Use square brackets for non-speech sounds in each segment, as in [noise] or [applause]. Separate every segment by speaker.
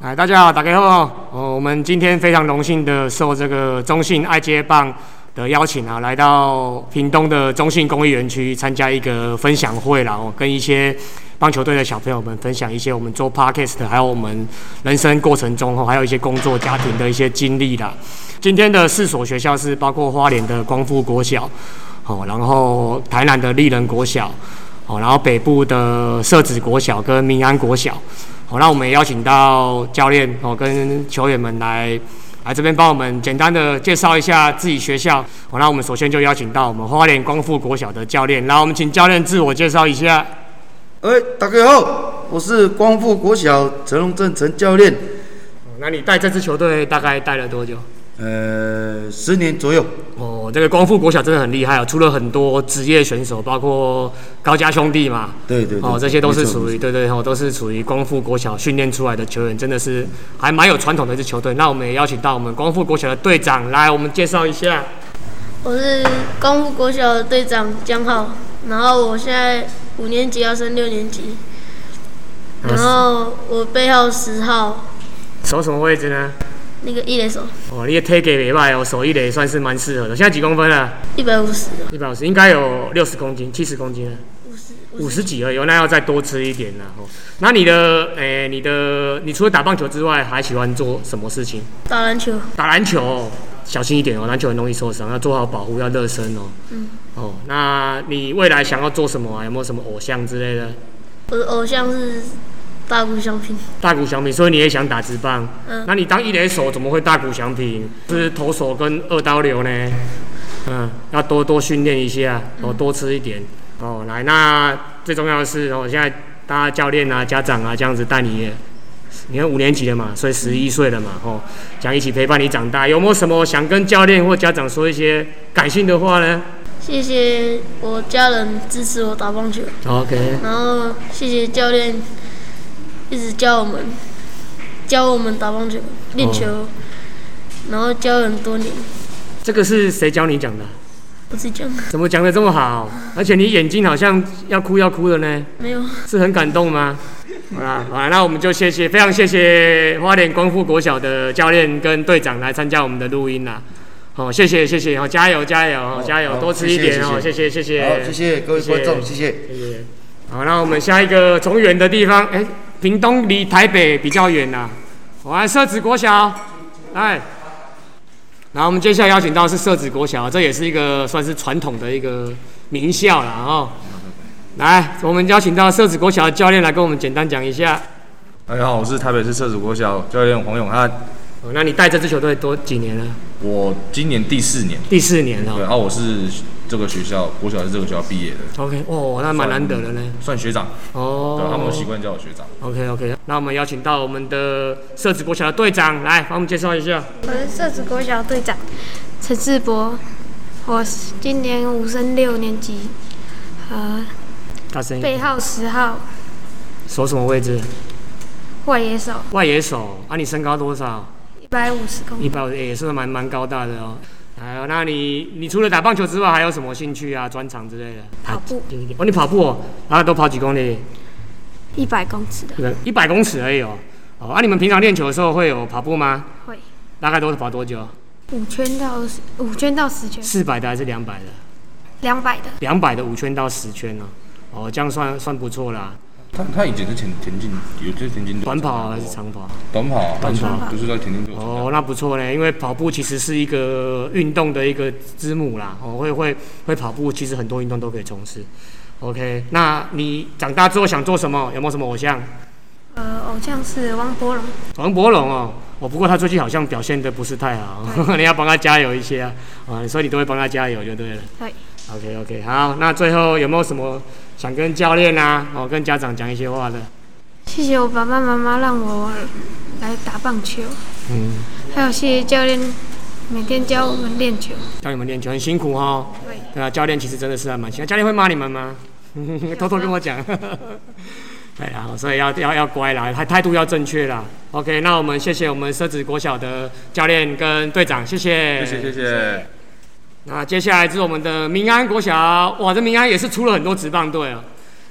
Speaker 1: 哎，大家好，打开后，哦，我们今天非常荣幸的受这个中信爱街棒的邀请啊，来到屏东的中信公益园区参加一个分享会啦，哦，跟一些棒球队的小朋友们分享一些我们做 podcast，还有我们人生过程中哦，还有一些工作、家庭的一些经历啦。今天的四所学校是包括花莲的光复国小，哦，然后台南的丽人国小，哦，然后北部的社子国小跟民安国小。好，那我们也邀请到教练哦跟球员们来来这边帮我们简单的介绍一下自己学校。好，那我们首先就邀请到我们花莲光复国小的教练，然后我们请教练自我介绍一下。
Speaker 2: 哎，大家好，我是光复国小陈龙正陈教练，
Speaker 1: 哦那你带这支球队大概带了多久？
Speaker 2: 呃，十年左右，
Speaker 1: 哦，这个光复国小真的很厉害哦，出了很多职业选手，包括高家兄弟嘛，
Speaker 2: 对对对
Speaker 1: 哦，这些都是
Speaker 2: 没错
Speaker 1: 属于
Speaker 2: 没
Speaker 1: 对对哦，都是属于光复国小训练出来的球员，真的是还蛮有传统的一支球队。那我们也邀请到我们光复国小的队长来，我们介绍一下。
Speaker 3: 我是光复国小的队长江浩，然后我现在五年级要升六年级，然后我背号十号，
Speaker 1: 守什么位置呢？
Speaker 3: 那个一垒手
Speaker 1: 哦，你的推给没卖哦，手艺的也算是蛮适合的。现在几公分了？
Speaker 3: 一百五十，
Speaker 1: 一百五十，应该有六十公斤、七十公斤了，五十几而已哦。那要再多吃一点啦。哦，那你的，诶、你的，你除了打棒球之外，还喜欢做什么事情？
Speaker 3: 打篮球，
Speaker 1: 打篮球、哦，小心一点哦，篮球很容易受伤，要做好保护，要热身哦。嗯。哦，那你未来想要做什么啊？有没有什么偶像之类的？
Speaker 3: 我的偶像是大谷翔平，
Speaker 1: 大谷翔平，所以你也想打直棒？
Speaker 3: 嗯
Speaker 1: 那你当一垒手怎么会大谷翔平？是投手跟二刀流呢？嗯，要多多训练一下，哦，多吃一点。哦，来，那最重要的是，哦，现在大家教练啊、家长啊这样子带你也，你看五年级了嘛，所以十一岁了嘛，哦，想一起陪伴你长大，有没有什么想跟教练或家长说一些感性的话呢
Speaker 3: 谢谢我家人支持我打棒球，
Speaker 1: ？OK，
Speaker 3: 然后谢谢教练一直教我们，教我们打棒球、练球，然后教了很多年，
Speaker 1: 这个是谁教你讲的？
Speaker 3: 不是这样，
Speaker 1: 怎么讲的这么好？而且你眼睛好像要哭要哭的呢。
Speaker 3: 没有。
Speaker 1: [laughs] 是很感动吗？好啦，好啦，那我们就谢谢，非常谢谢花莲光复国小的教练跟队长来参加我们的录音啦。好、谢谢谢谢，好、加油加油，哦、加油，
Speaker 2: 好
Speaker 1: 多吃一点哦，谢谢
Speaker 2: 谢
Speaker 1: 谢谢，
Speaker 2: 好，谢谢各位观众，谢谢。
Speaker 1: 谢谢。好，那我们下一个从远的地方，哎、屏东离台北比较远啦。我来社子国小，哎，然后我们接下来邀请到是社子国小，这也是一个算是传统的一个名校了哦。来，我们邀请到社子国小的教练来跟我们简单讲一下。
Speaker 4: 大家好，我是台北市社主国小教练黄永汉，
Speaker 1: 哦，那你带这支球队多几年了？
Speaker 4: 我今年第四年，
Speaker 1: 第四年
Speaker 4: 对，
Speaker 1: 了。
Speaker 4: 然后我是这个学校国小是这个学校毕业的，
Speaker 1: OK，哦，那蛮难得的呢。
Speaker 4: 算学长，
Speaker 1: 哦，
Speaker 4: 对，他们习惯叫我学长。
Speaker 1: OK OK，那我们邀请到我们的社子国小的队长来帮我们介绍一下。
Speaker 5: 我是社子国小队长陈世博，我今年五升六年级，呃，
Speaker 1: 大声一点
Speaker 5: 背号十号，
Speaker 1: 守什么位置？
Speaker 5: 外野手，
Speaker 1: 外野手啊，你身高多少？
Speaker 5: 一百五十公
Speaker 1: 一
Speaker 5: 斤。
Speaker 1: 百五也是蛮蛮高大的哦。还有，那你你除了打棒球之外，还有什么兴趣啊、专长之类的？
Speaker 5: 跑步
Speaker 1: 啊近一点哦，你跑步哦，然后都跑几公里？
Speaker 5: 一百公尺的
Speaker 1: 一百一百公尺而已哦。哦，啊，你们平常练球的时候会有跑步吗？
Speaker 5: 会，
Speaker 1: 大概都是跑多久？
Speaker 5: 五圈到二十五圈到十圈，
Speaker 1: 四百的还是两百的？
Speaker 5: 两百的
Speaker 1: 两百的五圈到十圈哦。哦，这样算算不错啦。
Speaker 4: 他他以前是田田径，有就是田径队
Speaker 1: 短跑啊还是长跑？
Speaker 4: 短跑啊，
Speaker 1: 短跑
Speaker 4: 就是在田径队。
Speaker 1: 哦，那不错呢，因为跑步其实是一个运动的一个之母啦。哦，会会会跑步，其实很多运动都可以从事。OK，那你长大之后想做什么？有没有什么偶像？
Speaker 5: 呃，偶像是汪波龙，
Speaker 1: 王柏龙哦，哦，不过他最近好像表现的不是太好， [laughs] 你要帮他加油一些啊，啊，所以你都会帮他加油就对了。
Speaker 5: 对。
Speaker 1: OK OK，好，那最后有没有什么想跟教练啊，哦，跟家长讲一些话的？
Speaker 5: 谢谢我爸爸妈妈让我来打棒球，
Speaker 1: 嗯，
Speaker 5: 还有谢谢教练每天教我们练球。
Speaker 1: 教你们练球很辛苦哦。
Speaker 5: 对，
Speaker 1: 对啊，教练其实真的是还蛮辛苦。教练会骂你们吗？偷偷跟我讲。 [laughs] 对啊，所以要要要乖啦，态态度要正确啦。OK，那我们谢谢我们奢子国小的教练跟队长，谢谢，
Speaker 4: 谢谢谢谢。
Speaker 1: 那接下来是我们的民安国小，哇，这民安也是出了很多职棒队哦。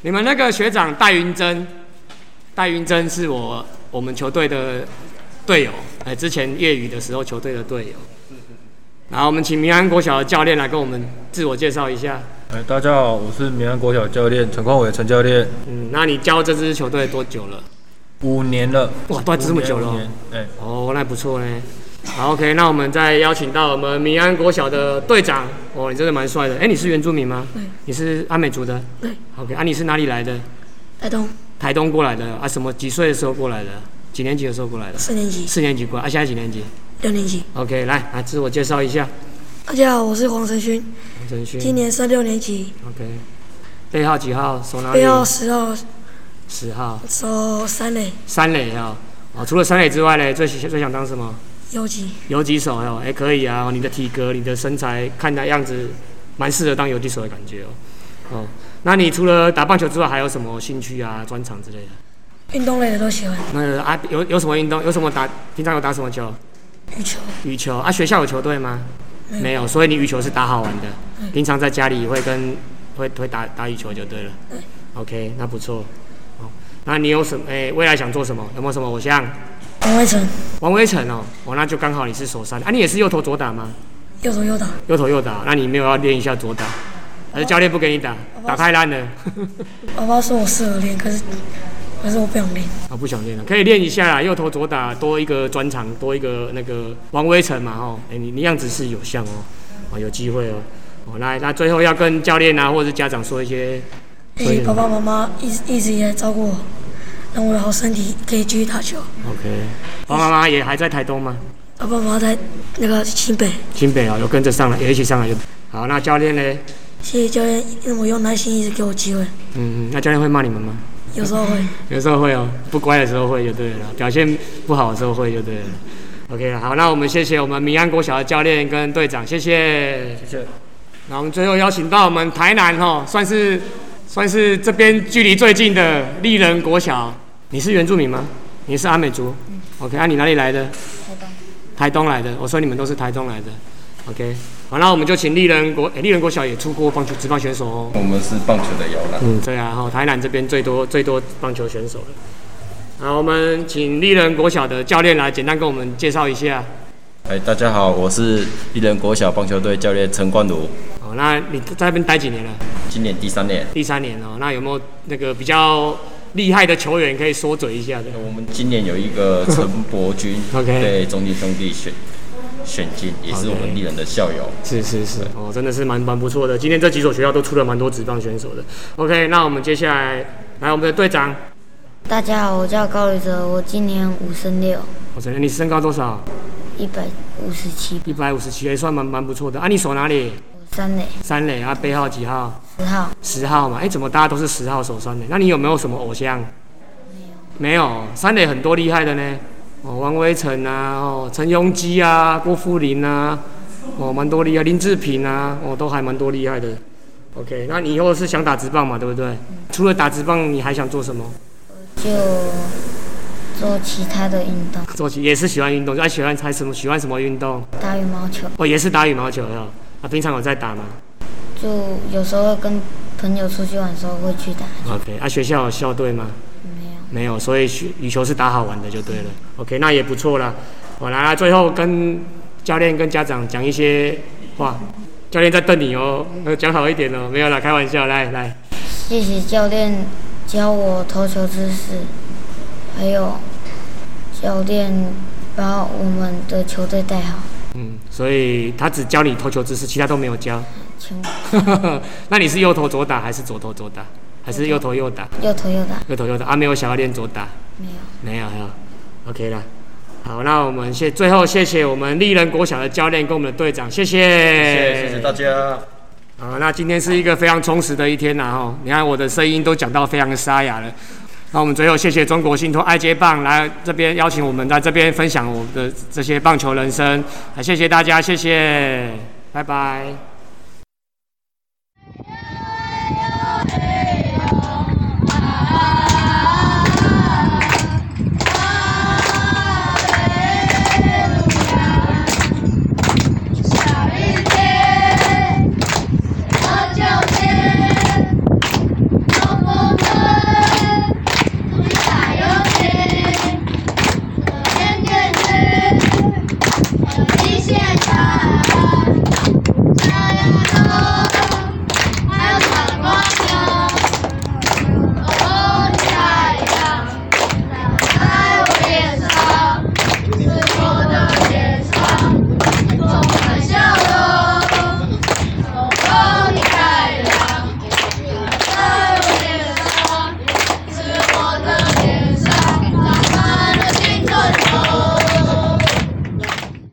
Speaker 1: 你们那个学长戴云珍，戴云珍是我我们球队的队友，哎，之前业余的时候球队的队友。然后我们请民安国小的教练来跟我们自我介绍一下。
Speaker 6: 哎，大家好，我是明安国小教练陈匡伟陈教练，
Speaker 1: 嗯，那你教这支球队多久了？
Speaker 6: 五年了，
Speaker 1: 哇，都这么久了
Speaker 6: 五
Speaker 1: 哦、
Speaker 6: 年。五年哎，
Speaker 1: 哦，那不错呢。好，OK，那我们再邀请到我们民安国小的队长。哦，你真的蛮帅的。哎、你是原住民吗？对。你是阿美族的？对。OK，啊，你是哪里来的？
Speaker 7: 台东
Speaker 1: 台东过来的啊？什么？几岁的时候过来的？几年级的时候过来的？
Speaker 7: 四年级、
Speaker 1: 四年级过来啊？现在几年级
Speaker 7: 六年级。
Speaker 1: ？OK，来，来自我介绍一下。
Speaker 7: 大家好，我是黄晨勋，
Speaker 1: 黄晨勋。
Speaker 7: 今年升六年级，
Speaker 1: OK。背号几号？手哪里？
Speaker 7: 背号十号，
Speaker 1: 十号。
Speaker 7: 手三垒
Speaker 1: 三垒啊、哦，除了三垒之外嘞，最喜最想当什么？
Speaker 7: 右击。
Speaker 1: 游击手哦，哎、可以啊，你的体格、你的身材，看那样子，蛮适合当游击手的感觉哦。哦，那你除了打棒球之外，还有什么兴趣啊、专长之类的？
Speaker 7: 运动类的都喜欢，
Speaker 1: 那个啊，有有什么运动？有什么打？平常有打什么球？
Speaker 7: 羽球、
Speaker 1: 羽球啊？学校有球队吗？没有，所以你羽球是打好玩的。平常在家里会跟会会打打羽球就对了。OK，那不错。哦，那你有什么？哎、未来想做什么？有没有什么偶像？
Speaker 7: 王威成，
Speaker 1: 王威成哦，哦，那就刚好你是手三啊，你也是右投左打吗？
Speaker 7: 右手右打，哦
Speaker 1: 右投右打，那你没有要练一下左打，还是教练不给你打，打太烂了， [laughs]
Speaker 7: 爸爸说我适合练，可是可是我不想练。
Speaker 1: 我哦不想练了，可以练一下啦，右投左打多一个专长，多一个那个王威成嘛吼，哎、你你样子是有像哦，哦有机会哦，哦那那最后要跟教练啊或者是家长说一些，
Speaker 7: 谢
Speaker 1: 所以
Speaker 7: 谢
Speaker 1: 呢
Speaker 7: 爸爸妈妈一直一直以来照顾我，让我有好身体可以继续打球。
Speaker 1: OK，爸爸妈妈也还在台东吗？
Speaker 7: 爸爸妈妈在那个新北，
Speaker 1: 新北哦，有跟着上来，也一起上来就，好，那教练呢？
Speaker 7: 谢谢教练让我用耐心一直给我机会，
Speaker 1: 嗯，嗯，那教练会骂你们吗？
Speaker 7: 有时候会。
Speaker 1: 有时候会哦，不乖的时候会就对了，表现不好的时候会就对了。OK，好，那我们谢谢我们民安国小的教练跟队长，谢谢。
Speaker 6: 谢谢。
Speaker 1: 那我们最后邀请到我们台南哦，算是算是这边距离最近的丽人国小。你是原住民吗？你是阿美族、o k 啊，你哪里来的？台东。台东来的，我说你们都是台东来的。OK，好，那我们就请丽人国，诶丽人国小也出过棒球职棒选手哦。
Speaker 4: 我们是棒球的摇篮。
Speaker 1: 嗯，对啊，哈，台南这边最多最多棒球选手了。好，我们请丽人国小的教练来简单跟我们介绍一下。
Speaker 8: 哎，大家好，我是一人国小棒球队教练陈冠儒，
Speaker 1: 哦，那你在那边待几年了？
Speaker 8: 今年第三年。
Speaker 1: 第三年哦，那有没有那个比较厉害的球员可以说嘴一下的？
Speaker 8: 我们今年有一个陈伯
Speaker 1: [laughs]
Speaker 8: 君
Speaker 1: OK
Speaker 8: 被中信兄弟选选进，也是我
Speaker 1: OK
Speaker 8: 们艺人的校友。
Speaker 1: 是是是，哦，真的是蛮蛮不错的。今天这几所学校都出了蛮多职棒选手的。OK，那我们接下来来我们的队长，
Speaker 9: 大家好，我叫高宇哲，我今年五升六，
Speaker 1: 我承认哦你身高多少？
Speaker 9: 一百五十七，
Speaker 1: 一百五十七，也算蛮蛮不错的。啊，你手哪里？
Speaker 9: 三垒
Speaker 1: 三垒啊，背号几号？
Speaker 9: 十号，
Speaker 1: 十号嘛，哎、怎么大家都是十号手酸的？那你有没有什么偶像？没有，三垒很多厉害的呢，哦，王威成啊，哦，陈庸基啊，郭富林啊，哦，蛮多厉害，林志平啊，哦，都还蛮多厉害的。OK，那你以后是想打直棒嘛，对不对？除了打直棒，你还想做什么？
Speaker 9: 就做其他的运动，
Speaker 1: 做起也是喜欢运动，啊，喜欢还什么？喜欢什么运动？
Speaker 9: 打羽毛球，
Speaker 1: 哦，也是打羽毛球的。啊，平常有在打吗
Speaker 9: 就有时候跟朋友出去玩的时候会去打，
Speaker 1: ？OK，啊，学校有校队吗？
Speaker 9: 没有。
Speaker 1: 没有，所以学羽球是打好玩的就对了。OK，那也不错啦。我来啦最后跟教练跟家长讲一些话。教练在瞪你哦，呃讲好一点哦，没有啦，开玩笑。来来，
Speaker 9: 谢谢教练教我投球姿势，还有教练把我们的球队带好，
Speaker 1: 嗯，所以他只教你投球姿势，其他都没有教。 [laughs]
Speaker 9: 全部
Speaker 1: 那你是右投左打还是左投左打？还是右投右打？
Speaker 9: 又投又打，
Speaker 1: 右投右打啊，没有想要练左打。
Speaker 9: 没有。
Speaker 1: 没有，没有，OK 啦。好，那我们谢最后谢谢我们丽人国小的教练跟我们的队长，谢谢，
Speaker 8: 谢谢谢谢大家。
Speaker 1: 啊，那今天是一个非常充实的一天啦、吼，你看我的声音都讲到非常的沙哑了。那我们最后谢谢中国信托爱接棒来这边邀请我们在这边分享我们的这些棒球人生，啊，谢谢大家，谢谢，拜拜。